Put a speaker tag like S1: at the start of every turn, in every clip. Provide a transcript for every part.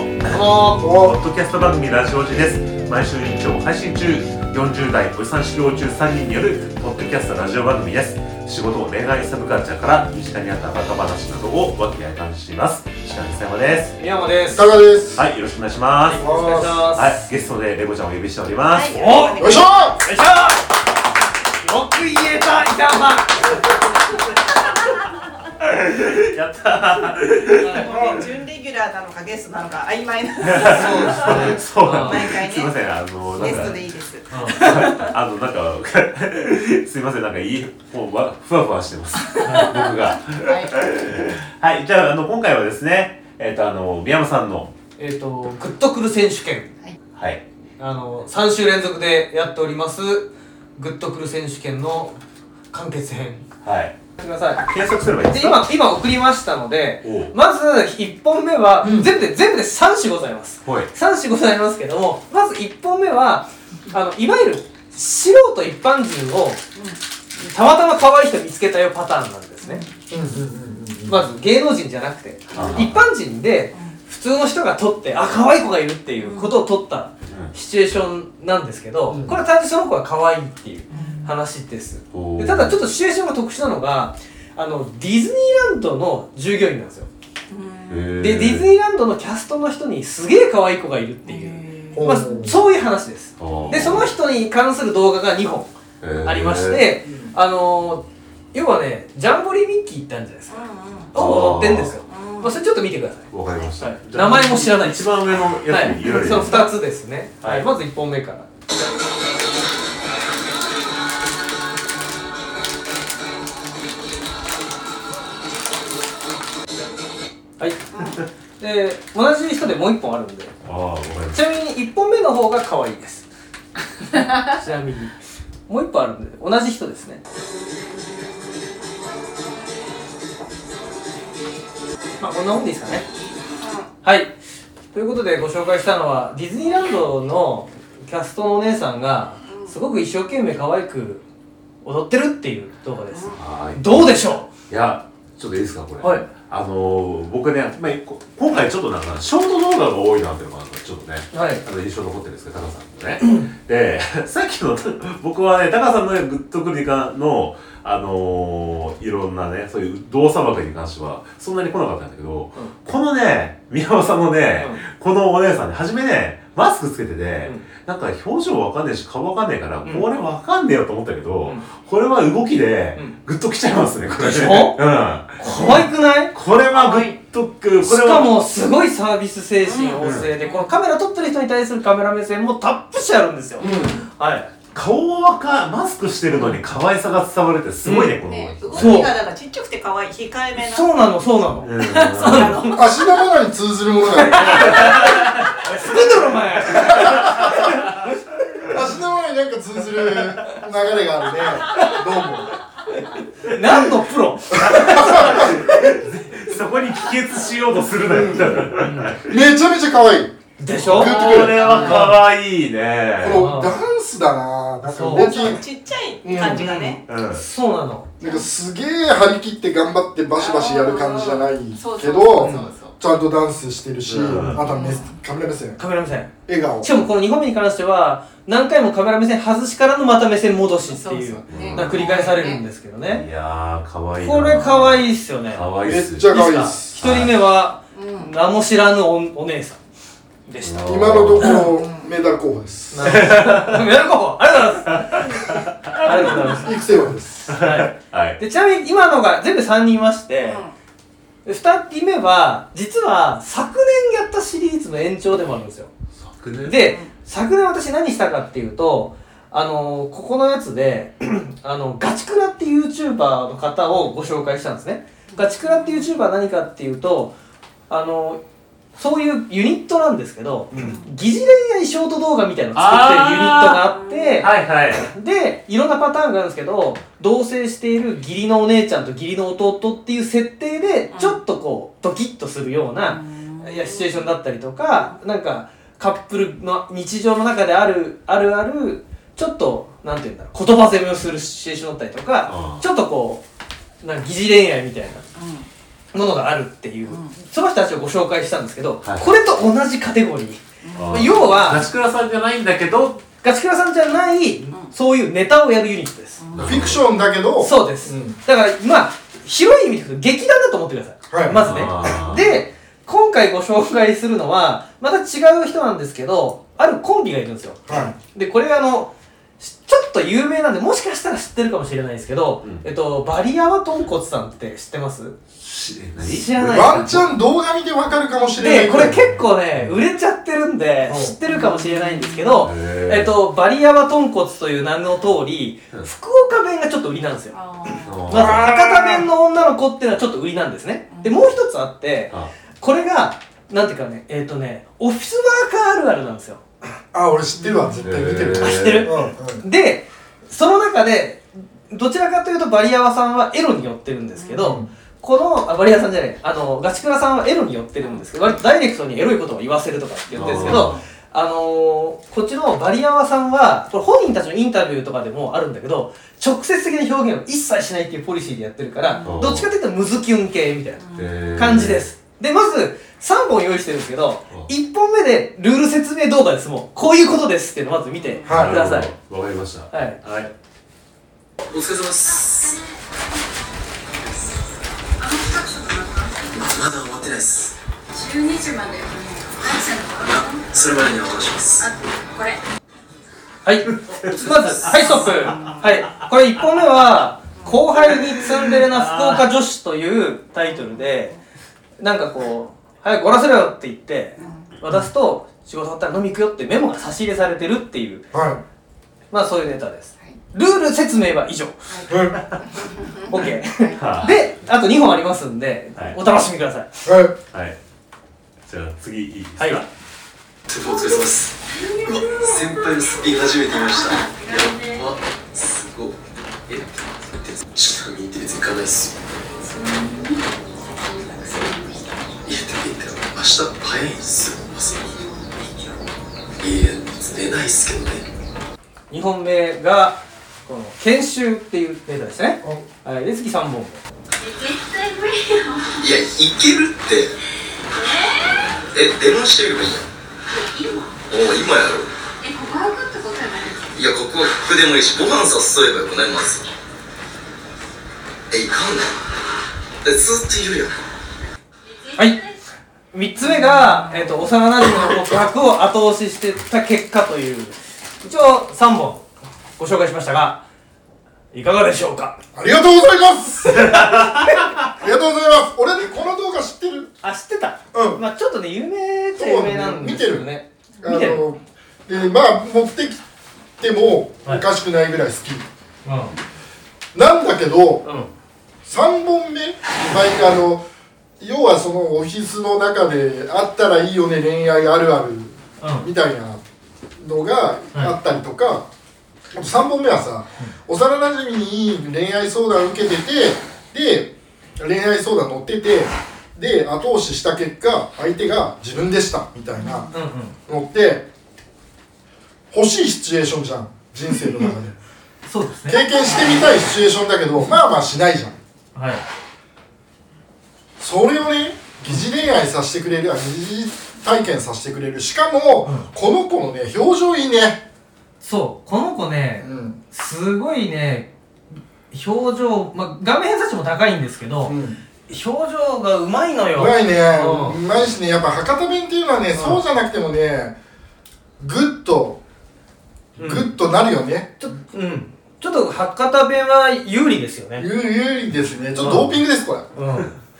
S1: の
S2: ポッドキャスト番組ラジオジです毎週日曜配信中40代おじさん修行中3人によるポッドキャストラジオ番組です仕事恋愛サブカルチャーから身近にあったバカ話などを和気あいあいします白木さやまです
S1: 宮山です
S3: 高田です。
S2: はいよろしくお願いします
S1: お願いします
S2: はいゲストでレゴちゃんをお呼びしております、
S1: お
S3: よいしょ
S1: よいしょよく言えた板尾さん
S2: やった
S4: 準レギュラーなのかゲストなのか曖昧な
S2: ー そうなん
S4: 毎回
S2: です
S4: ね
S2: すいませんあのな
S4: ゲ
S2: ん
S4: スト
S2: か
S4: でいいです
S2: あのなんか すいませんなんかいいもうわふわふわしてます僕が
S4: はい
S2: はい、じゃあ、あの、今回はですね、えっ、と、あの、宮山さんの、
S1: えっ、とグッとくる選手権
S2: はい、
S1: あの3週連続でやっておりますグッとくる選手権の完結編
S2: はい。
S1: くださ
S2: 検索すればいい
S1: い
S2: で
S1: です
S2: か
S1: 今今送りましたので
S2: おう
S1: まず1本目は、全部で全部で3種ございます
S2: はい。
S1: 3種ございますけどもまず1本目はあのいわゆる素人一般人をたまたま可愛い人見つけたよパターンなんですね、まず芸能人じゃなくて
S2: あー
S1: 一般人で普通の人が撮ってあ可愛い子がいるっていうことを撮った
S2: うん
S1: シチュエーションなんですけど、これは単純にその子が可愛いっていう話です、
S2: お
S1: で
S2: ー
S1: ただちょっとシチュエーションが特殊なのがあのディズニーランドの従業員なんですよで、ディズ
S2: ー。
S1: ニーランドのキャストの人にすげえ可愛い子がいるっていう、
S3: へー
S1: まあ
S3: う、ん
S1: そういう話です
S2: おー
S1: でその人に関する動画が2本ありまし、て、あのー、要はねジャンボリミッキー行ったんじゃないですかを踊ってんですよまあ、それちょっと見てください
S2: えーわかりました。
S1: はい
S2: じゃあ
S1: 名前も知らない
S2: 一番上の
S1: は
S2: やつ
S1: い
S2: に揺られ、て
S1: その
S2: ます
S1: 2つですね、
S2: は
S1: はいい、まず1本目からはいで同じ人でもう1本あるんで
S2: ああ、わかりまし
S1: ちなみに1本目の方が可愛いです ちなみにもう1本あるんで同じ人ですねまあこんなもんでいいですかねはいということでご紹介したのはディズニーランドのキャストのお姉さんがすごく一生懸命可愛く踊ってるっていう動画です
S2: た。は
S1: どうでしょ
S2: い。いや、ちょっといいですか、これ。
S1: うはい
S2: あのー、僕ね、まあ、こ今回ちょっとなんか、ショート動画が多いなっていうのが、ちょっとね。
S1: はい
S2: あの印象残ってるんですけど、高さんのね。 で、 さっきの、僕はね、高さんのグッドクリカの、あのーいろんなね、そういう動作ばかりに関しては、そんなに来なかったんだけど、このね、宮本さんのね、このお姉さんね、初めね、マスクつけてて、
S1: ん
S2: なんか表情わかんねえし、顔わかんねえから、
S1: ん
S2: これわかんねえよと思ったけど、
S1: うん
S2: これは動きで
S1: うん、
S2: グッときちゃいますね、これね。
S1: でしょ
S2: うん。
S1: 可愛くない
S2: これはグッとくる、こ
S1: し
S2: れは。
S1: かもすごいサービス精神旺盛で、このカメラ撮ってる人に対するカメラ目線もたっぷしあるんですよ、はい
S2: 顔はかマスクしてるのに可愛さが伝わるってすごいね、この
S4: ね動
S2: 人
S4: きがなんかちっちゃくて可愛い控えめな
S1: そうなのそうなの、
S2: うんあ
S3: 足長に通ずるものがあ
S1: 作んだろお前
S3: る。足長になんか通ずる流れがあるね。どうも。
S1: 何のプロ
S2: そこに帰結しようとするなよみたいなこ
S3: めちゃめちゃ可愛い。
S1: でしょ
S3: グッとくる
S2: れは可愛いね
S3: このダンスだな。なんか
S1: そう
S3: 動き、
S4: そうちっちゃい感じがね
S2: うん
S1: そうなの
S3: なんかすげえ張り切って頑張ってバシバシやる感じじゃない
S4: そう
S3: け
S4: そう
S3: ど
S4: そうそう、
S3: ちゃんとダンスしてるし、
S2: うん
S3: あとは目カメラ目線、
S1: カメラ目線
S3: 笑顔
S1: し。かもこの2本目に関しては何回もカメラ目線外しからのまた目線戻しって
S4: そう
S1: いう
S4: そうね
S1: が繰り返されるんですけどね
S2: いやー可愛いな
S1: これ可愛いっすよね
S2: 可愛い
S3: め
S2: っ
S3: っ
S2: す
S3: ちゃ可愛い
S1: で
S3: ですす。
S1: か1人目は
S4: うん
S1: 名も知らぬおお姉さんでした
S2: うん
S3: 今のところメダル候補です。
S1: なるほどやるこありがとうございますありがとうございます
S3: 育成王です。
S1: はい
S2: はい
S1: でちなみに今のが全部3人いまして、で2人目は実は昨年やったシリーズの延長でもあるんですよ
S2: 昨年
S1: で昨年私何したかっていうとあのここのやつで あのガチクラっていう YouTuber の方をご紹介したんですねガチクラっていう YouTuber は何かっていうとあのそういうユニットなんですけど、疑似恋愛ショート動画みたいなのを作ってるユニットがあって
S2: はいはい
S1: でいろんなパターンがあるんですけど同棲している義理のお姉ちゃんと義理の弟っていう設定で
S4: うん
S1: ちょっとこうドキッとするような、いやシチュエーションだったりとかなんかカップルの日常の中であるあるあるちょっとなんて言うんだろう言葉攻めをするシチュエーションだったりとか
S2: うん
S1: ちょっとこうなんか疑似恋愛みたいなものがあるっていう、その人たちをご紹介したんですけど、
S2: はい
S1: これと同じカテゴリー
S2: あー
S1: 要は
S2: 梨倉さんじゃないんだけど
S1: ガチクラさんじゃない、そういうネタをやるユニットです、
S3: フィクションだけど
S1: そうです、
S3: うん
S1: だからまあ広い意味で言うと劇団だと思ってください、
S3: はい
S1: まずね
S2: あー
S1: で今回ご紹介するのはまた違う人なんですけどあるコンビがいるんですよ
S3: は
S1: でこれがあのしちょっと有名なんでもしかしたら知ってるかもしれないですけど、
S2: うん
S1: えっと、バリアワ豚骨さんって知ってます
S2: し何
S1: 知ら
S3: い
S1: ない
S3: ワンチャン動画見てわかるかもしれない
S1: で
S3: け
S1: こ
S3: ど
S1: れ結構ね売れちゃってるんで
S3: うん
S1: 知ってるかもしれないんですけど、
S2: へー
S1: えっと、バリアワ豚骨という名の通り
S2: うん
S1: 福岡弁がちょっと売りなんですよ
S5: あ
S2: あ
S5: ー
S1: ま
S2: ー
S1: ず博多弁の女の子っていうのはちょっと売りなんですねでもう一つあって
S2: あ
S1: これがなんていうかねえっ、とねオフィスワーカーあるあるなんですよ
S3: あ俺知ってるわ絶対見てる、
S2: へー
S1: あ知ってる
S3: うんうん
S1: でその中でどちらかというとバリアワさんはエロに寄ってるんですけど、
S3: うん
S1: このあバリアワさんじゃないあのガチクラさんはエロに寄ってるんですけど割とダイレクトにエロいことを言わせるとかって言ってるんですけ
S2: あ
S1: ど
S2: ー
S1: あのーこっちのバリアワさんはこれ本人たちのインタビューとかでもあるんだけど直接的な表現を一切しないっていうポリシーでやってるから
S2: ん
S1: どっちかというとムズキュン系みたいな
S2: へー
S1: 感じですでまず3本用意してるんですけど
S2: うん
S1: 1本目でルール説明動画ですもうこういうことですっていうのをまず見てく
S3: はい
S1: ださい、
S2: わかりました
S1: はい
S2: はい
S6: お疲れ様です。まだ終わってないです。
S5: 12時まで何する
S6: それまでにはお願いします。
S5: のあこれ
S1: はい。まず、はい、ストップ。はい。これ1本目は、後輩にツンデレな福岡女子というタイトルで、なんかこう、早く終わらせろよって言って、渡すと、仕事終わったら飲み行くよってメモが差し入れされてるっていう、
S3: は
S1: まあそういうネタです
S5: はい。
S1: ルール説明は以上。
S3: いはいは
S1: OK。
S2: は
S1: で、あと2本ありますんで
S2: はい、
S1: お楽しみください。
S3: い
S2: いはいじゃあ次いいですか
S1: はい
S6: 先輩お疲れ様です。うわ、先輩のスピン初めて見ました。やば、すごい。え、で近くにいて全然行かないっすよ。いや、だって明日早いっすよ、朝。いや、寝ないっすけどね。
S1: 2本目が、この、研修っていうネタでしたね。はい。で、次3本目。
S5: 絶対無理よ
S6: いや、いけるって。え、デモンしてみればいい
S5: 今
S6: やん。おう今やろ。
S5: え告白ってことじゃないですか
S6: いや、ここはここでもいいし、ご飯誘えばよくないまず。え、いかんのえ、ずっといるやん。
S1: はい3つ目が、えっと幼馴染の告白を後押ししてた結果という一応3本ご紹介しましたがいかがでしょうか
S3: ありがとうございますありがとうございます俺ねこの動画知ってる
S1: あ知ってた、
S3: うん
S1: まあちょっとね有名っちゃ有名なんですけどね
S3: あ
S1: 見てる
S3: のでまあ持ってきてもおかしくないぐらい好き、なんだけど
S1: うん、うん、
S3: 3本目毎回あの要はそのオフィスの中であったらいいよね恋愛あるあるみたいなのがあったりとか、あと3本目はさ、幼馴染に恋愛相談受けててで恋愛相談乗っててで後押しした結果相手が自分でしたみたいな
S1: うん
S3: のって欲しいシチュエーションじゃん人生 の中で
S1: そうです
S3: 経験してみたいシチュエーションだけどまあまあしないじゃん
S1: はい
S3: それをね疑似恋愛させてくれるあ疑似体験させてくれるしかも、この子のね表情いいね、
S1: そうこの子ね
S3: うん
S1: すごいね表情、まあ、画面偏差値も高いんですけど、
S3: うん
S1: 表情がうまいの
S3: う
S1: よ
S3: まいね
S1: う
S3: うんまいしねやっぱ博多弁っていうのはね、
S1: ん
S3: そうじゃなくてもねグッと
S1: う
S3: グ
S1: ん
S3: ッとなるよね、
S1: ちょ,、うん、ちょっと博多弁は有利ですよ
S3: 有
S1: ね
S3: 有利ですねちょっとドーピングですこれ
S1: うんは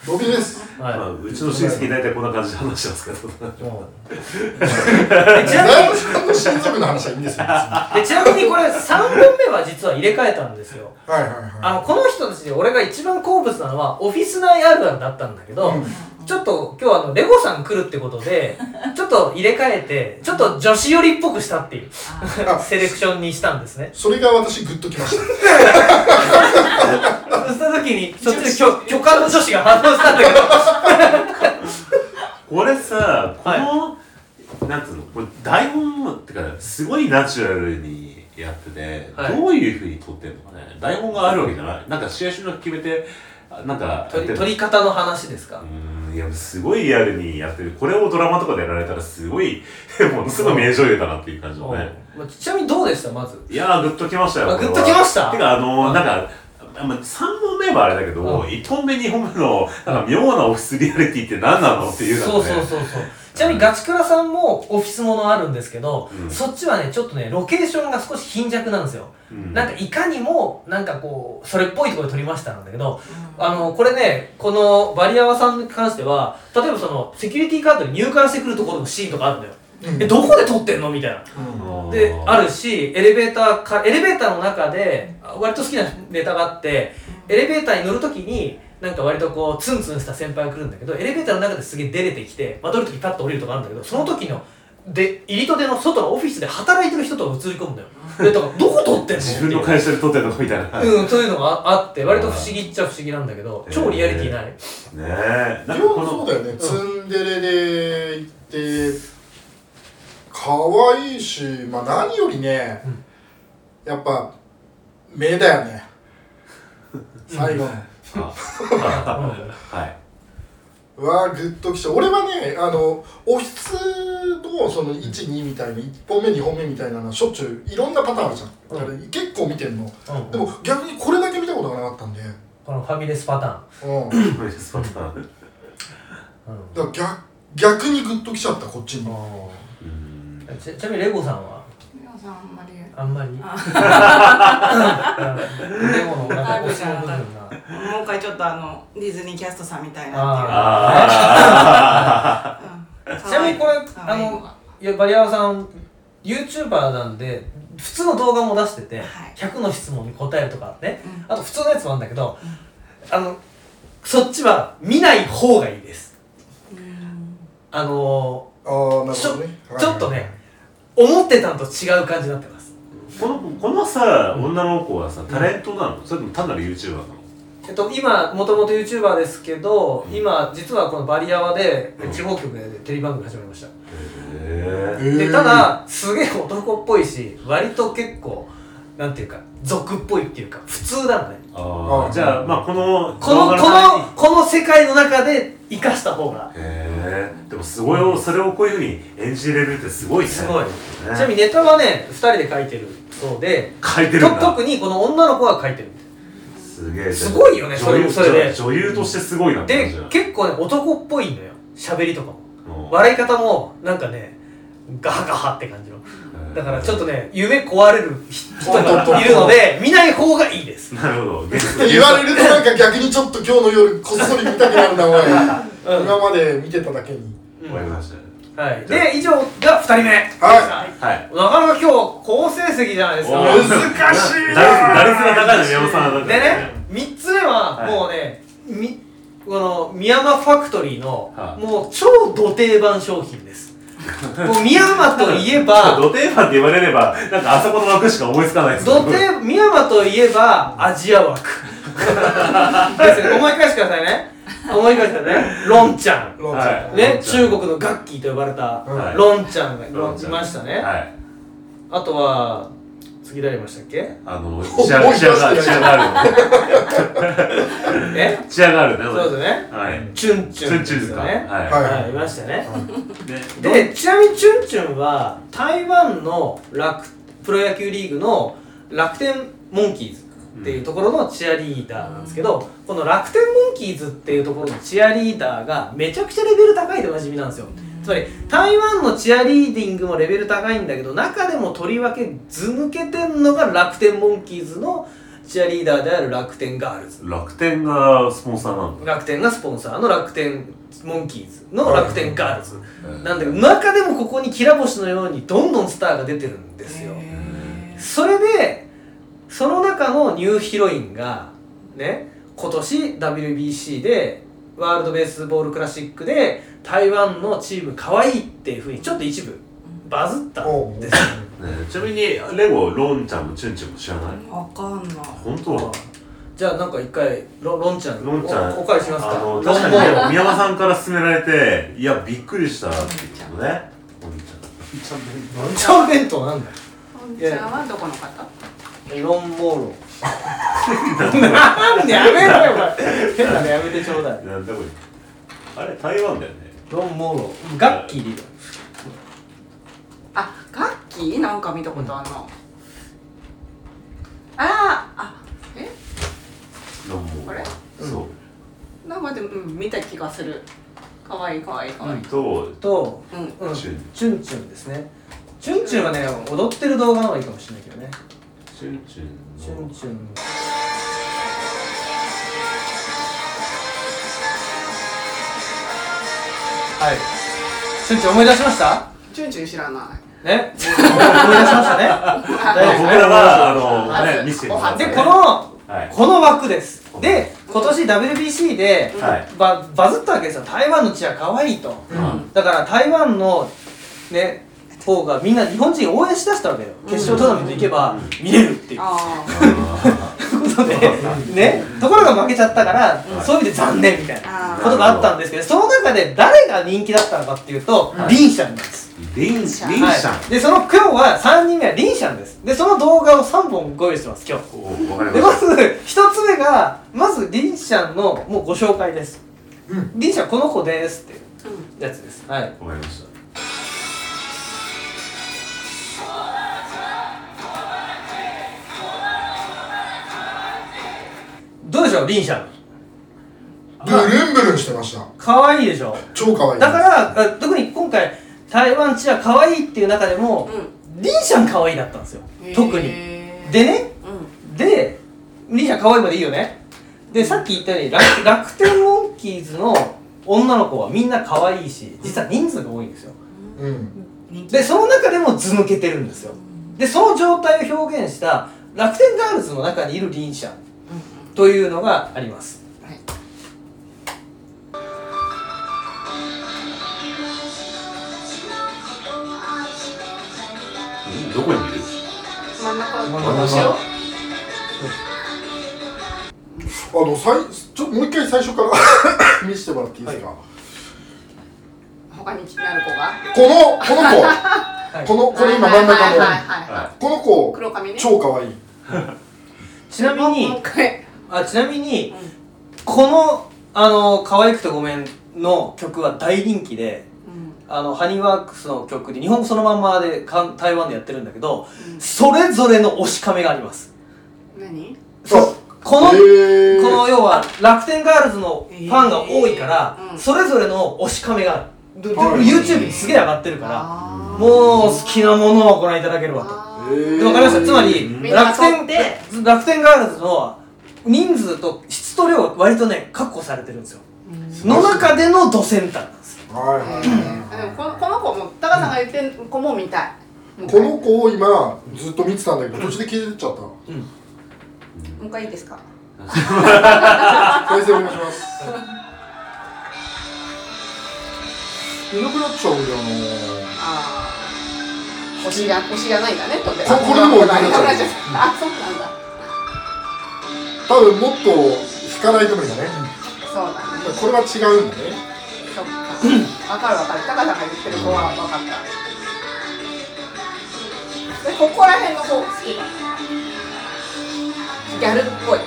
S3: ドーピングです
S2: まあ、うちの親戚大体こんな感じで話してますけど
S1: いもうえちなみに
S3: 大さんの親族の話はいいんですよ別には
S1: でちなみにこれ3本目は実は入れ替えたんですよ
S3: いはい
S1: あ
S3: は
S1: のこの人たちで俺が一番好物なのはオフィス内あるあるだったんだけど、
S3: うん
S1: ちょっと今日あのレゴさん来るってこと でちょっと入れ替えてちょっと女子寄りっぽくしたっていう
S3: いあ
S1: セレクションにしたんですね
S3: それが私グッときました
S1: そうした時にそっちで許許可の女子が反応したんだけど
S2: これさこの、
S1: は
S2: なんつうのこれ台本もってかすごいナチュラルにやってて、
S1: はい
S2: どういうふうに撮ってんのかね台本があるわけじゃないなんかシチュエーションを決めてなんか
S1: 取
S2: や
S1: り
S2: って
S1: 取
S2: る
S1: り方の話ですか、
S2: うーんいやすごいリアルにやってるこれをドラマとかでやられたらすごい ものすごい名女優だなっていう感じのね
S1: まあちなみにどうでしたまず
S2: いやーグッときましたよ
S1: あ
S2: これは
S1: グッときました
S2: てかあのー
S1: うん
S2: なんかあまあ3本目はあれだけど、
S1: うん
S2: 1本目2本目のなんか妙なオフィスリアリティって何なのっていうの
S1: そう
S2: がね
S1: そうそうそうちなみにガチクラさんもオフィスものあるんですけど、
S2: うん
S1: そっちはねちょっとねロケーションが少し貧弱なんですよ、
S2: うん
S1: なんかいかにもなんかこうそれっぽいところで撮りましたなんだけど、あのこれねこのバリアワさんに関しては例えばそのセキュリティカードに入館してくるところのシーンとかあるんだよ、
S3: うん
S1: えどこで撮ってんのみたいな
S2: うん
S1: であるしエレベーターかエレベーターの中であ割と好きなネタがあってエレベーターに乗るときになんか割とこうツンツンした先輩が来るんだけどエレベーターの中ですげえ出れてきて、まあ、撮るときパッと降りるとかあるんだけどその時ので入りと出の外のオフィスで働いてる人と映り込むんだよでだからどこ撮ってんの
S2: 自分の会社で撮ってるのみたいな、ね
S1: うん、そういうのがあって割と不思議っちゃ不思議なんだけど
S2: うん
S1: 超リアリティない、
S2: えなんかこ
S3: そう
S2: の
S3: だよね、ツンデレで行って可愛いし、まあ、何よりね、
S1: うん
S3: やっぱ目だよね最後
S2: あはい
S3: はグッときちゃう俺はねあのオフィスのその12みたいに1本目2本目みたいなのはしょっちゅういろんなパターンあるじゃんだから結構見てんの
S1: うんうん
S3: でも逆にこれだけ見たことがなかったんで、
S1: このファミレスパタ
S3: うん、だ
S2: そうだ
S1: ーン、うん
S3: から逆逆にグッときちゃったこっちに
S2: うん
S1: あーちちなみにレゴさんは
S5: 皆さんあんまり
S1: あんまり
S4: あ
S1: うんレゴのなんか
S4: あ
S1: お
S4: る
S1: し
S4: じ
S1: の
S4: ゃん
S1: 部分が
S4: もう一回ちょっとあのディズニーキャストさんみたいなっ
S2: あ
S4: ていううん
S1: ちなみにこれ
S4: 可
S1: あ
S4: 愛い
S1: のいやバリアワさん YouTuber なんで普通の動画も出してて、
S4: はい
S1: 100の質問に答えるとかね、
S4: うん
S1: あと普通のやつもあるんだけど、あのそっちは見ない方がいいです
S4: うん
S1: あのー
S3: ああなる
S1: ちょ
S3: ほどね
S1: ちょっとね、思ってたんと違う感じになってます。
S2: ーこのこのさ女の子はさタレントなのそれとも単なる YouTuber なの
S1: えっと、今、もともと YouTuber ですけど、
S2: うん
S1: 今、実はこのバリアワで
S2: うん、
S1: 地方局でテレビ番組始まりました。
S2: へ
S3: はいはい
S1: で、
S3: へー
S1: ただ、すげえ男っぽいし、割と結構、なんていうか、俗っぽいっていうか、普通なのね。
S2: ーあーじゃあまあこの
S1: こ
S2: 動画
S1: の、こ
S2: 中に
S1: の、この世界の中で生かした方が。
S2: へえでもすごいそれをこういうふうに演じれるってすごいね
S1: すごい
S2: ね
S1: ちなみにネタはね、二人で書いてるそうで、
S2: 書いて
S1: と
S2: るんだ
S1: 特にこの女の子が書いてる。
S2: すげえ
S1: すごいよねそれ
S2: 女優
S1: それで
S2: 女女優としてすごいなって感
S1: で
S2: じだ、
S1: 結構ね、男っぽいんだよ。喋りとかも。
S2: うん
S1: 笑い方もなんかねガハガハって感じのだからちょっとね夢壊れる人がいるので見ない方がいいです、
S2: なるほ ど
S3: 言われるとなんか逆にちょっと今日の夜こっそり見たくなるな おい今まで見てただけに
S2: 終わりましたね
S1: はい、で以上が2人目
S3: は
S2: はい
S1: なかなか今日好成績じゃないですか
S2: おー
S3: 難しいな
S2: 打率打率が高いの宮本さんだっ
S1: で
S2: た
S1: ね3つ目は
S2: はい
S1: もうね、みこのミヤマファクトリーの
S2: はい
S1: もう超ど定番商品ですもうミヤマといえ ば
S2: ドテーマって言われればなんかあそこの枠しか思いつかないです
S1: 土手深山といえばアジア枠 ですね思い返してくださいね思い返してくださいねロンちゃん
S3: ロンちゃん
S2: はい
S1: ね中国のガッキーと呼ばれた
S2: はい
S1: ロンちゃんがい
S2: ロンちゃん
S1: ましたね
S2: はい
S1: あとは次誰いましたっけ
S2: あのチアチアガールチアガール
S1: え
S2: チアガールね
S1: そうですね
S2: はい
S1: チュンチ
S2: チ
S1: ュン
S2: ュンチュンで
S1: で
S2: すす
S1: よ
S2: か
S1: ね
S2: は
S3: はい
S1: はいいましたね
S2: いね
S1: でちなみにチュンチュンは台湾の楽プロ野球リーグの楽天モンキーズっていうところのチアリーダーなんですけど、この楽天モンキーズっていうところのチアリーダーがめちゃくちゃレベル高いでおなじみなんですよつまり台湾のチアリーディングもレベル高いんだけど中でもとりわけ図抜けてんのが楽天モンキーズのチアリーダーである楽天ガールズ
S2: 楽天がスポンサーなんだ
S1: 楽天がスポンサーの楽天モンキーズの楽天ガールズ
S2: うん
S1: なんだけど中でもここにきら星のようにどんどんスターが出てるんですよ、
S4: へー
S1: それでその中のニューヒロインがね今年 WBC でワールド・ベースボール・クラシックで台湾のチーム可愛いっていうふうにちょっと一部バズったんですよ
S2: ねちなみにレゴロンちゃんもチュンチュンも知らない
S4: わかんない
S2: 本当は
S1: じゃあなんか一回ロロンちゃん
S2: ロンちゃん
S1: おお返ししますか
S2: あ
S1: ロ
S2: の
S1: ン
S2: 確かに
S1: ボール
S2: ね宮間さんから勧められていやびっくりしたって言ってねロンちゃんロンちゃんね
S1: ロンちゃん弁当なんだよ
S5: こんにちはどこの方
S1: ロンボールなんでやめろよお前変なのやめてちょうだい
S2: なんだこれあれ台湾だよね
S1: ロン・モローガッキーでいいよ
S5: あ、楽器なんか見たことあるの。あー、あ、え
S2: ロンモー
S5: あれ
S2: そう、
S5: なんかでも、うん、見た気がする。かわいいかわいいかわいい。
S2: と
S1: と、
S5: うん。
S1: うん、
S2: チ
S1: チ
S2: ュン
S1: ュンチュンですねチュンチュンはね踊ってる動画の方がいいかもしれないけどね
S2: チュンチュ
S1: チ
S2: ン
S1: ュン
S2: の
S1: チュンはいチュンチュン思い出しました
S5: チュンチュン知らない。
S1: ね思い出しました ね
S2: まあ
S1: 大丈夫
S2: 僕
S1: ね
S2: らはあ
S5: あ
S2: の
S5: そ
S2: ね
S5: う
S2: 見せてもらった
S1: でこの
S2: はい
S1: この枠ですで今年 WBC で
S2: はい
S1: ババズったわけですよ台湾のチア可愛いと
S2: うん
S1: だから台湾のね方がみんな日本人応援しだしたわけよ決勝トーナメント行けば見れるっていう
S5: あ
S1: ことでねところが負けちゃったから
S2: うん
S1: そういう意味で残念みたいな
S5: あ
S1: ことがあったんですけどその中で誰が人気だったのかっていうと
S2: はい
S1: リンシャンなんです
S2: リンリンシャン
S1: はい、でその今日は3人目はリンシャンですでその動画を3本ご用意してます今日
S2: おわかり
S1: で
S2: ま
S1: ま
S2: し
S1: ず一つ目がまずりんちゃんのもうご紹介です
S3: うん
S1: りんちゃんこの子ですっていうやつですはい
S2: たわかりました
S1: どうでしょうりんちゃん
S3: ブルンブルンしてました
S1: 可愛いでしょ
S3: 超可愛い
S1: だからあ特に今回台湾チア可愛いっていう中で
S5: あ、
S1: も
S5: う
S1: りんちゃん可愛いだったんですよ
S5: ん。
S1: 特に
S5: へー
S1: で、ね
S5: うん。
S1: でりんちゃん可愛いまでいいよねでさっき言ったように楽楽天モンキーズの女の子はみんな可愛いし実は人数が多いんですよ
S3: うん
S5: 人気
S1: でその中でも図抜けてるんですよでその状態を表現した楽天ガールズの中にいるリンシャンというのがあります
S2: んどこにいる
S5: 真ん中
S1: 真ん
S2: 中
S1: 後ろ
S3: あのさいちょもう一回最初から見せてもらっていいですか、
S5: 他に気になる子が。
S3: このこの子、
S1: い
S3: このこれ今真ん中
S5: はい
S3: の、
S5: はいはいはいは
S2: は
S3: この子
S5: い。黒髪ね。
S3: 超可愛い
S1: ちなみ
S5: もう
S1: に
S5: 一回。
S1: あちなみに
S5: うん
S1: この「あの可愛くてごめん」の曲は大人気であのハニーワークスの曲で日本語そのまんまで韓台湾でやってるんだけどそれぞれの推し亀があります
S5: うん。何？
S1: そうこの
S3: へー
S1: この要は楽天ガールズのファンが多いから、
S5: えーうん
S1: それぞれの推し亀があるでで
S3: はい
S1: YouTube にすげえ上がってるから
S5: あー
S1: もう好きなものをご覧いただければと
S5: あ
S3: へ
S5: ー
S3: ー
S1: でわかりましたつま
S2: うん
S1: り楽
S4: みんな撮っ
S1: 天楽天ガールズの人数と質と量が割とね確保されてるんですよの中でのドセンターなんですよ
S3: はいはい
S5: えーでもこのこの子も高さんが言ってる子も見たい。もう一
S3: こ
S5: 回
S3: の子を今ずっと見てたんだけど途中で消えてっちゃっ
S5: もう一回いいですか？
S3: た再生お願いしますいなくなっちゃうんだよな
S5: ああ。推しが推しがないんだねとって。
S3: ここれもいなくなっちゃう
S5: あ、そうなんだ。
S3: 多分もっと引かないと無理だね
S5: そうだね。
S3: これは違うんだね
S5: そっか。わかるわかる。高さんが言ってる子はわかった。で、ここら辺の子好きだ。ギャルっぽい。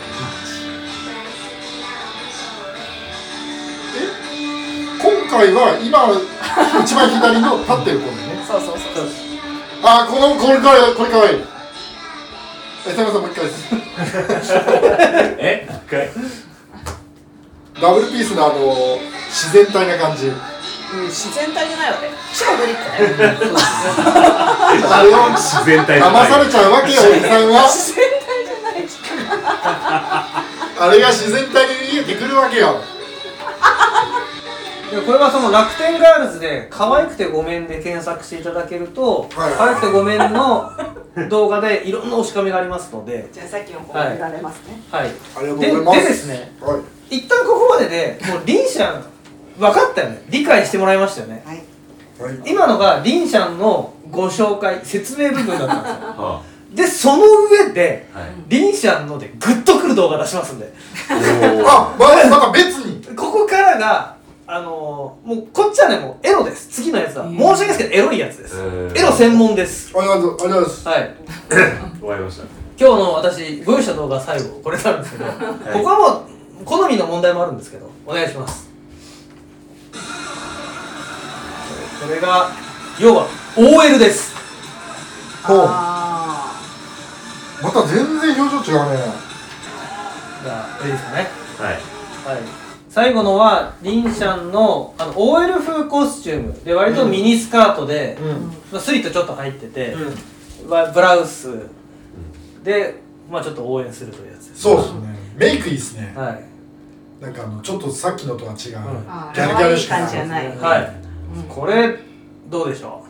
S3: 今回は今一番左の立ってる子だね
S5: そうそうそう。
S3: あーこのこれかわいいこれかわいいえすみませんもう一回です
S2: え一 回
S3: ダブルピースのあの自然体な感
S4: う
S3: じ
S4: ん自然体じゃないわね超ブリックだよ
S3: あれを
S2: 自然体じゃない
S3: 騙されちゃうわけよ、おじさんは。
S5: 全体じゃないし。
S3: あれが自然体に見えてくるわけよ。
S1: でこれはその楽天ガールズで「可愛くてごめん」で検索していただけると「
S3: はい
S1: 可愛くてごめん」の動画でいろんな推し亀がありますので
S4: じゃあさっきの子
S1: はい
S5: 見られますね。
S1: はい
S3: ありがとう
S1: で
S3: ございます。
S1: でですね
S3: はい。
S1: 一旦ここまででもうリンシャン分かったよね理解してもらいましたよね
S5: はい。
S3: はい。
S1: 今のがリンシャンのご紹介説明部分だったんですよ
S2: は
S1: でその上で
S2: あはい
S1: リンシャンのでグッとくる動画出しますんで
S2: おー
S3: あ、まだ、まだ別に。
S1: ここからがあのー、もうこっちはねもうエロです次のやつは
S5: う
S1: 申
S5: ん
S1: し訳ないですけどエロいやつです
S2: えー
S1: エロ専門です
S3: ありがとう、ありがとうございます。
S1: はい
S2: 終わりました
S1: 今日の私ご用意した動画最後これなんですけど、ここはもう好みの問題もあるんですけどお願いしますこれこれが要は OL です
S3: ほう
S5: あ
S3: また全然表情違うね
S1: じゃあいいですかね
S2: はい
S1: はい、最後のはリンシャンのあの OL 風コスチュームで割とミニスカートで、
S3: うん
S1: まあ、スリットちょっと入ってて、わブラウスで、まあ、ちょっと応援するというやつです
S3: そうですねメイクいいっすね
S1: はい、
S3: なんかあのちょっとさっきのとは違う、
S1: うん
S5: あ
S3: ギャルギャルしか
S4: 可愛い感じじゃない
S1: はいこれどうでしょ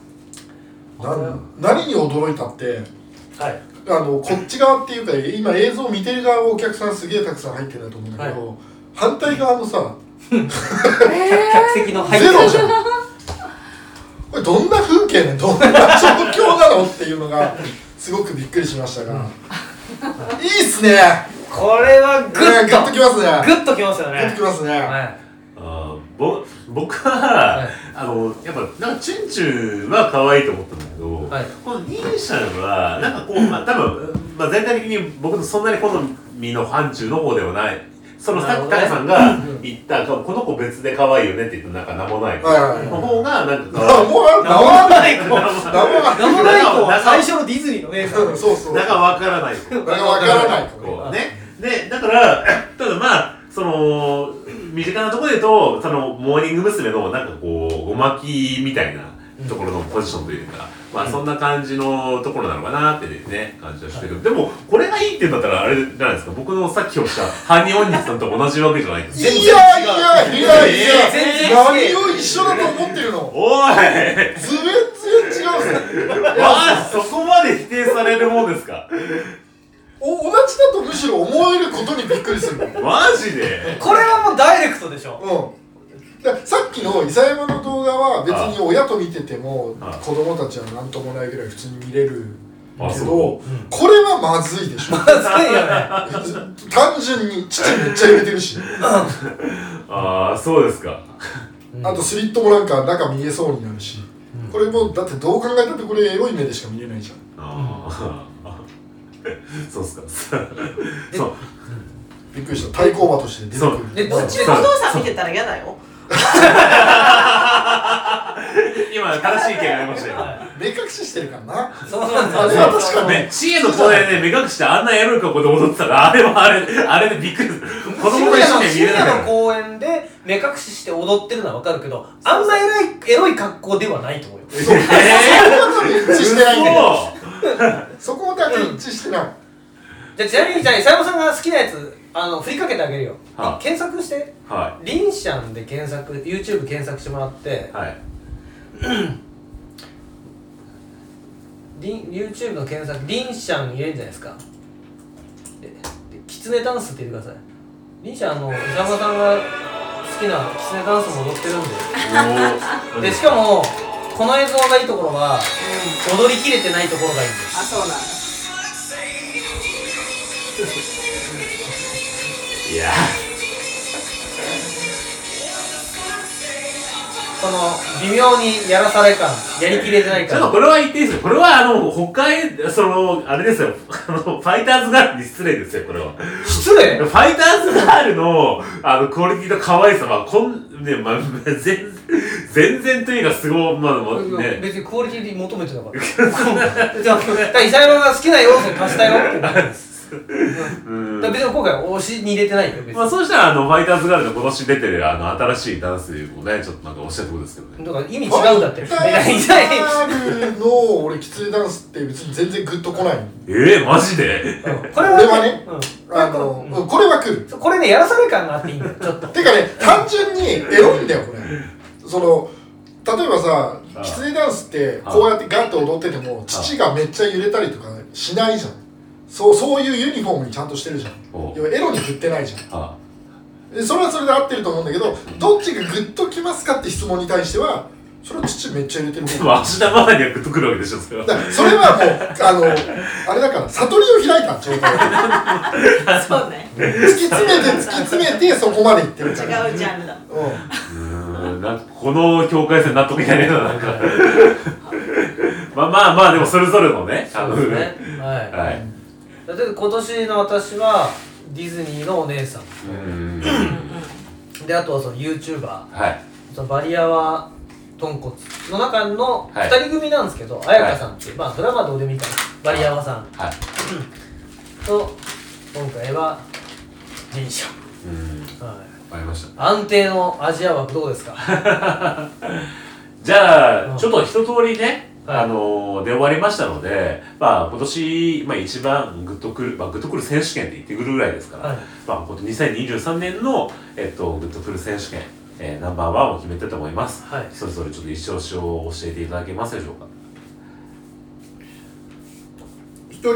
S3: なん何に驚いたって
S1: うはい
S3: あのこっち側っていうか今映像見てる側はお客さんすげえたくさん入ってると思うんだけど、反対側のさ
S1: 客席の入
S3: ゼロじゃん これどんな風景ねどんな状況なのっていうのがすごくびっくりしましたが、いいっすね
S1: これはグ
S3: グッ
S1: ッ
S3: グッとき
S1: と
S3: ますね
S1: グッときますよ
S3: グッ
S1: ね
S3: ときますね、
S1: はい
S2: あーぼ僕は、
S1: い
S2: あのやっぱなんかチュンチュンは可愛いと思ったんだけど、
S1: はい
S2: このイーシャンはなんかこう、まあ、多分、まあ、全体的に僕のそんなに好みの範疇の方ではないその
S1: な
S2: さ
S1: る
S2: っ
S1: ほ
S2: き
S1: ど
S2: タ
S1: ね
S2: カさんが言った、この子別で可愛いよねって言ったらなんか名もない子
S3: はいはいはい
S2: の方がなんか
S3: あ
S2: 可
S3: もうある
S1: 名もない
S2: 愛い
S1: 子
S3: 名
S1: 名もない子は最初のディズニーの姉さん
S3: 前そうそう
S2: なんかわからない子
S3: なんかわからない子
S2: こうね。で、だから、 ただまあ、その、身近なところで言うと、その、モーニング娘。の、なんかこう、ごまきみたいなところのポジションというか、まあ、そんな感じのところなのかなってね、感じはしてるけど、でも、これがいいって言うんだったら、あれじゃないですか、僕のさっきおっしゃった、ハニオンニさんと同じわけじゃないです
S3: いやいやいやいや、
S1: 全然違う
S3: 何を一緒だと思ってるの
S2: おい
S3: 全然違うっすね
S2: わあそこまで否定されるもんですか
S3: お同じだとむしろ思えることにびっくりするの
S2: マジで
S1: これはもうダイレクトでしょ
S3: うんだからさっきの伊佐山の動画は別に親と見てても
S2: ああ
S3: 子供たちは何ともないぐらい普通に見れる
S2: あ
S3: け
S2: そ
S3: どこれはまずいでしょ
S1: まずいよね
S3: 単純に父めっちゃ入れてるし
S2: ああ、そうですか。
S3: あとスリットもなんか中見えそうになるしこれもうだってどう考えたってこれエロい目でしか見れないじゃん
S2: ああ、そうっすか。そう。
S3: びっくりした対抗馬として出てく
S2: そう
S3: る
S1: で
S4: どっちでもお父さん見てたら嫌だよ
S2: 今、正しい意見がありましたよ。
S3: 目隠ししてるからな
S1: そうなん
S3: あれは確かに
S2: ね、知恵の子でね、目隠してあんなエロい格好で踊ってたら、あれはあれ、あれでびっくりする。子供と一緒には見れ
S1: 深
S2: ない
S1: 夜の
S2: から。
S1: 公園で目隠しして踊ってるのはわかるけどあんまエロいエロい格好ではないと思うよ
S3: そうそこは多分一致してないんだけど
S2: そう
S3: そこだけ一致してない
S1: じゃあちなみにじゃあ山本さんが好きなやつあの振りかけてあげるよ、
S2: は
S1: 検索して
S2: は
S1: リンシャンで検索 YouTube 検索してもらって
S2: い。はい。
S1: リン YouTube の検索リンシャン入れるんじゃないですかででキツネダンスって言ってくださいリンシャンあの山本さんが好きなキツネダンスも踊ってるんで
S2: おー
S1: でしかもこの映像がいいところは踊りきれてないところがいいんです
S5: あそうなんだ
S2: いや、
S1: その微妙にやらされ感やりきれてない
S2: ちょっ
S1: 感
S2: とこれは言っていいですよ。これは、あの、北海、その、あれですよ。あの、ファイターズガールに失礼ですよ、これは。
S1: 失礼
S2: ファイターズガールの、あの、クオリティの可愛さは、こん、ね、まあ、全、全然というか、すごい、まあ、まあね。
S1: 別にクオリティに求めてな かった。じゃあ、だから伊沢が好きな要素に足したよってことです。
S2: うん
S1: だから別に今回推しに入れてないよ、別に。
S2: まあ、そうしたら、あの、ファイターズガールの今年出てる、あの、新しいダンスもね、ちょっとなんかおっしゃってことですけどね。
S1: だから意味違うんだって。いやいやい
S3: ールの俺きついダンスって別に全然グッとこない
S2: ええマジで
S1: やうんこれ
S3: 俺はね
S1: うん
S3: あの、うんこれは来る
S1: そうこれね、やらされ感があっていいんだよ、ちょっと。
S3: てかね単純にエロいんだよこれその例えばさきついダンスってこうやってガンって踊ってても父がめっちゃ揺れたりとかしないじゃんそうそういうユニフォームにちゃんとしてるじゃん
S2: お
S3: 要はエロに振ってないじゃん
S2: あ
S3: でそれはそれで合ってると思うんだけどどっちがグッときますかって質問に対してはそれは父めっちゃ揺れてる
S2: で
S3: 方
S2: も、芦田愛菜にはグッとくるわけでしょ、それ は。
S3: だからそれはもうあのあれだから悟りを開いた状態
S4: そうね違
S3: 突き詰めて突き詰めてそこまでいってるから
S4: うジャンルだ
S3: うん
S2: うーん、なんか、この境界線納得いかねえな、なんか。まあまあまあ、でも、それぞれのね、あ
S1: そ
S2: の
S1: うですね。はい。
S2: はい。
S1: だって今年の私はディズニーのお姉さん
S2: うん
S1: であとはその YouTuber
S2: はい
S1: そのバリアは豚骨の中の
S2: はい
S1: 2人組なんですけど、彩香さんっていう、まあそれはまあどうでもいいからバリアワさん
S2: はい
S1: と今回は林社、
S2: うん
S1: はい、
S2: わかりました
S1: 安定のアジア枠どうですか
S2: じゃ
S1: うん
S2: あちょっと一通りね、
S1: はい
S2: あのー、で終わりましたので、まあ、今年、まあ、一番グッとくる、まあ、グッとくる選手権って言ってくるぐらいですから、
S1: はい
S2: まあ、この2023年の、えっと、グッとくる選手権、えーナンバーワンを決めたいと思います、
S1: はい
S2: それぞれちょっと一押しを教えていただけますでしょうか
S3: 一人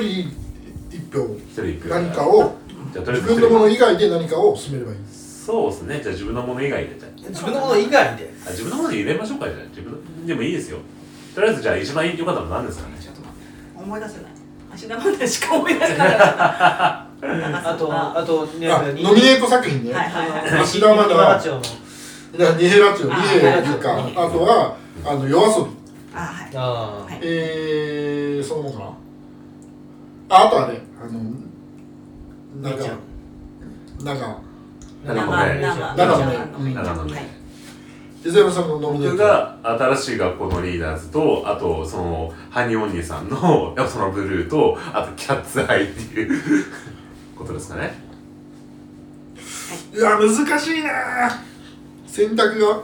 S3: 一票
S2: 一人一票
S3: 何かを
S2: じゃあとりあ
S3: 自
S2: えず一
S3: 分
S2: 人
S3: のもの以外で何かを進めればいいです
S2: そうですねじゃあ自分のもの以外でじゃ
S1: 自分のもの以外で
S2: ああ自分のもので入れましょうかじゃあ自分のでもいいですよとりあえずじゃあ一番良かったのは何ですかね
S4: ちょっと待って思い出せない芦田愛菜しか思い出せなかった
S1: あとあとね
S3: あノミネート作品ね、
S4: はいはいはい
S1: 芦田
S3: 芦田
S1: 愛
S3: 愛菜
S1: 菜の
S3: だからニヘラチオ、ニ
S4: あ
S3: ヘラとか、
S4: ニ
S3: あ
S4: ヘ
S3: とは、あの、夜遊び。
S4: あはい
S1: あー
S4: はい
S3: えー、そのものかなあ、あとあれ、あの、なん
S1: みーちゃ
S3: か、なんか、
S2: な
S4: 生
S2: るほどね
S4: 生
S3: 生
S2: なるほどね
S4: はい
S3: 伊沢さんのノミネー
S2: 僕
S3: ト。
S2: が新しい学校のリーダーズとあとそのハニーお兄さんの やっぱそのブルーとあとキャッツアイっていう ことですかね
S3: うわ、難しいなぁ選択が、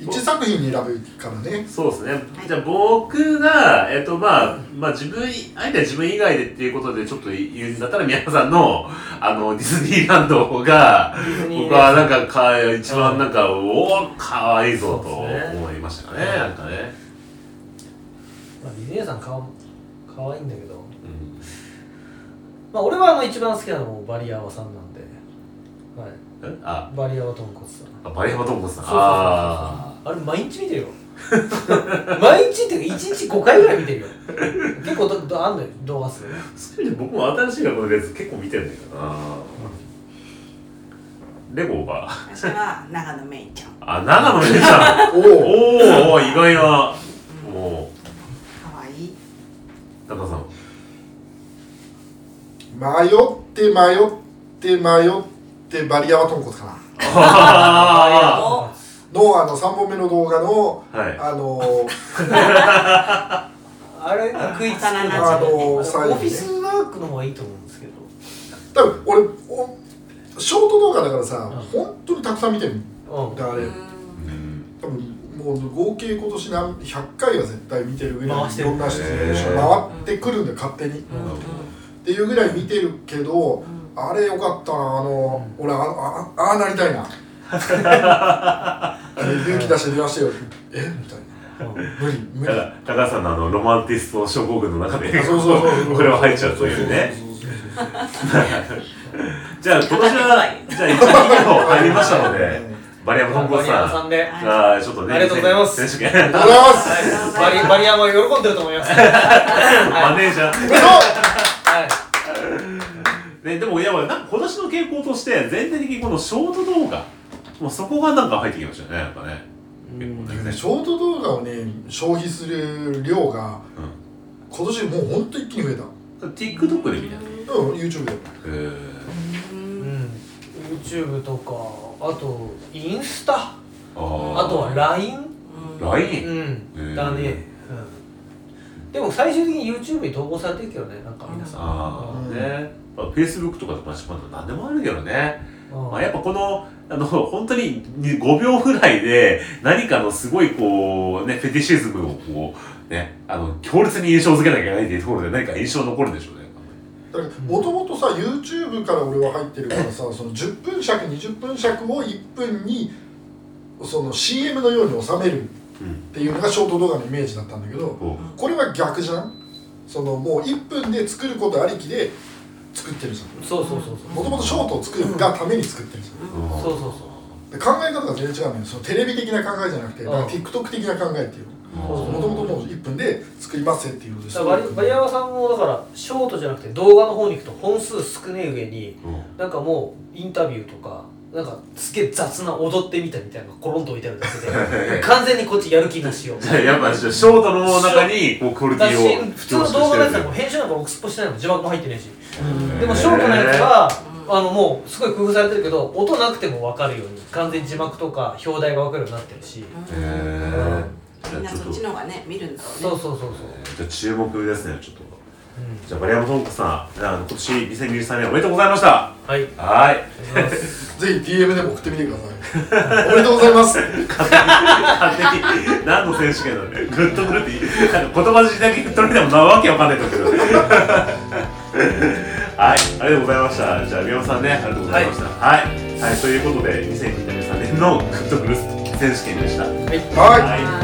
S3: 一作品に選ぶからね。
S2: そうですねじゃあ僕がえっとまあまあ自分あえて自分以外でっていうことでちょっと言うんだったら皆さんのあのディズニーランドが
S1: ディズニー
S2: 僕はなんかか一番なんかおおかわいいぞと
S1: そうですね
S2: 思いましたかねなんかね、
S1: まあ、ディズニーさん顔可愛いんだけど
S2: うん
S1: まあ俺はあの一番好きなのもバリアワさんなんで、はい、
S2: えあ
S1: バリアワ豚骨さん
S2: あバリハマトンボさん
S1: そうそうそうそう
S2: あ
S1: あれ毎日見てるよ毎日っていうか1日5回ぐらい見てるよ結構どどあんのよ動画数
S2: あそういう意味で僕も新しい学校のやつ結構見てるんだけどなレゴが
S4: 私は長野めいちゃん
S2: あ長野めいちゃん
S3: お
S2: お
S3: お
S2: ーおー意外なも
S4: 可愛いう
S2: 中田さん
S3: 迷って、迷って、迷って、バリアは豚骨かな。
S2: あ
S4: お
S3: の、あの、3本目の動画の、
S2: ーはい
S3: あの、
S1: あれが食いつくの
S4: あ
S1: が
S4: のー
S1: オフ
S3: 最後ね
S1: ィスワークの方がいいと思うんですけど
S3: 多分俺おショート動画だからさ、
S1: うん
S3: 本当にたくさん見てる
S1: うん
S3: だあれ
S2: うん
S3: 多分もう合計今年何100回は絶対見てるぐら
S1: 回
S3: い
S1: し
S3: い
S1: てる
S3: ろんな人
S2: へ
S3: 回
S2: ー
S3: ってくるんだよ勝手に、っ
S2: なるほ
S3: ていうぐらい見てるけど、あれよかったなあの、俺ああああなりた いな勇気出して電話してよえみたいな
S1: うん
S3: 無理無
S2: どだ
S3: 理
S2: から高橋さんのあのロマンティスト症候群の中で
S3: そうそうそうそう
S2: これは入っちゃうというね
S3: そうそうそうそう
S2: じゃあ今年はじゃあ一番の入りましたのでバリアムトンボ
S1: バリアワ
S2: さ
S1: さ
S2: ん
S1: んで
S4: はい
S2: あーちょっとね
S1: ありがとうございます
S2: 選手権
S3: ありがとうございます、
S1: バリバリアワ喜んでると思いますは
S2: マ
S1: い、
S2: ネージャー
S1: はい
S2: ね、でもいやなんか今年の傾向として全体的にこのショート動画もうそこがなんか入ってきましたよねなんかね結構
S3: でもね
S2: ね
S3: ショート動画をね消費する量が、
S2: うん
S3: 今年もう本当一気に増えた
S2: TikTok で見たいな
S3: うん YouTube で
S2: えー
S1: うん、YouTube とかあとインスタあ
S2: あー
S1: とは LINE
S4: うん
S2: LINE
S1: うん、だね、うん、でも最終的に YouTube に投稿されてるけどねなんか皆さん
S2: あ
S3: う
S2: あ
S3: ん
S2: ね、まあ、Facebook とかとかしまったら何でもあるけどね、
S1: うん
S2: まあ、やっぱこのあの本当にに5秒ぐらいで何かのすごいこうねフェティシズムをこうねあの強烈に印象付けなきゃいけないっていうところで何か印象残るんでしょうね
S3: だからもともとさ YouTube から俺は入ってるから さその10分尺20分尺を1分にその CM のように収めるっ
S2: うん
S3: ていうのがショート動画のイメージだったんだけど
S2: こ
S3: これは逆じゃんそのもう1分で作ることありきで作ってるじゃ
S1: そうそうそうそ
S3: ん
S1: う
S3: もともとショートを作るがために作ってるじゃん
S2: う、うん
S1: そうそうそう
S3: で考え方が全然違うのよそのテレビ的な考えじゃなくて
S1: うん
S3: だから TikTok 的な考えっていう
S1: そう
S3: もともともう1分で作りますっていうことで
S1: だからバリバリアワさんもだからショートじゃなくて動画の方に行くと本数少ねえ上に
S2: うん
S1: なんかもうインタビューとかなんかすげえ雑な踊ってみたみたいなのがコロンと置いてあるだけ で完全にこっちやる気なしよ
S2: じゃあ やっぱショートの中にこうクオリテ
S1: だし
S2: ィを
S1: 普通の動画のやつなんか編集なんか僕すっぽしてないの字幕も入ってねえしでもショートのやつは、あのもうすごい工夫されてるけど音なくても分かるように完全に字幕とか表題が分かるようになってるし、
S2: へえじ
S4: み
S2: ゃあ
S4: んな
S2: ちょっ
S4: そ
S2: と
S4: っちの方がね見るんだろうね
S1: そうそうそうそう、
S2: じゃあ注目ですねちょっと
S1: うん、
S2: じゃあ丸山とんこさんじゃあ今年2023年おめでとうございました
S1: はいあり
S2: はい
S1: がとうございます
S3: ぜひ DM でも送ってみてくださいおめでとうございます
S2: 勝手に何の選手権なんだよグッとくるってなんか言葉尻だけ取れてもなわけわかんないんだけどはいありがとうございましたじゃあ宮本さんねありがとうございましたはい、はいということで2023年のグッとくる選手権でした
S3: はい
S2: はい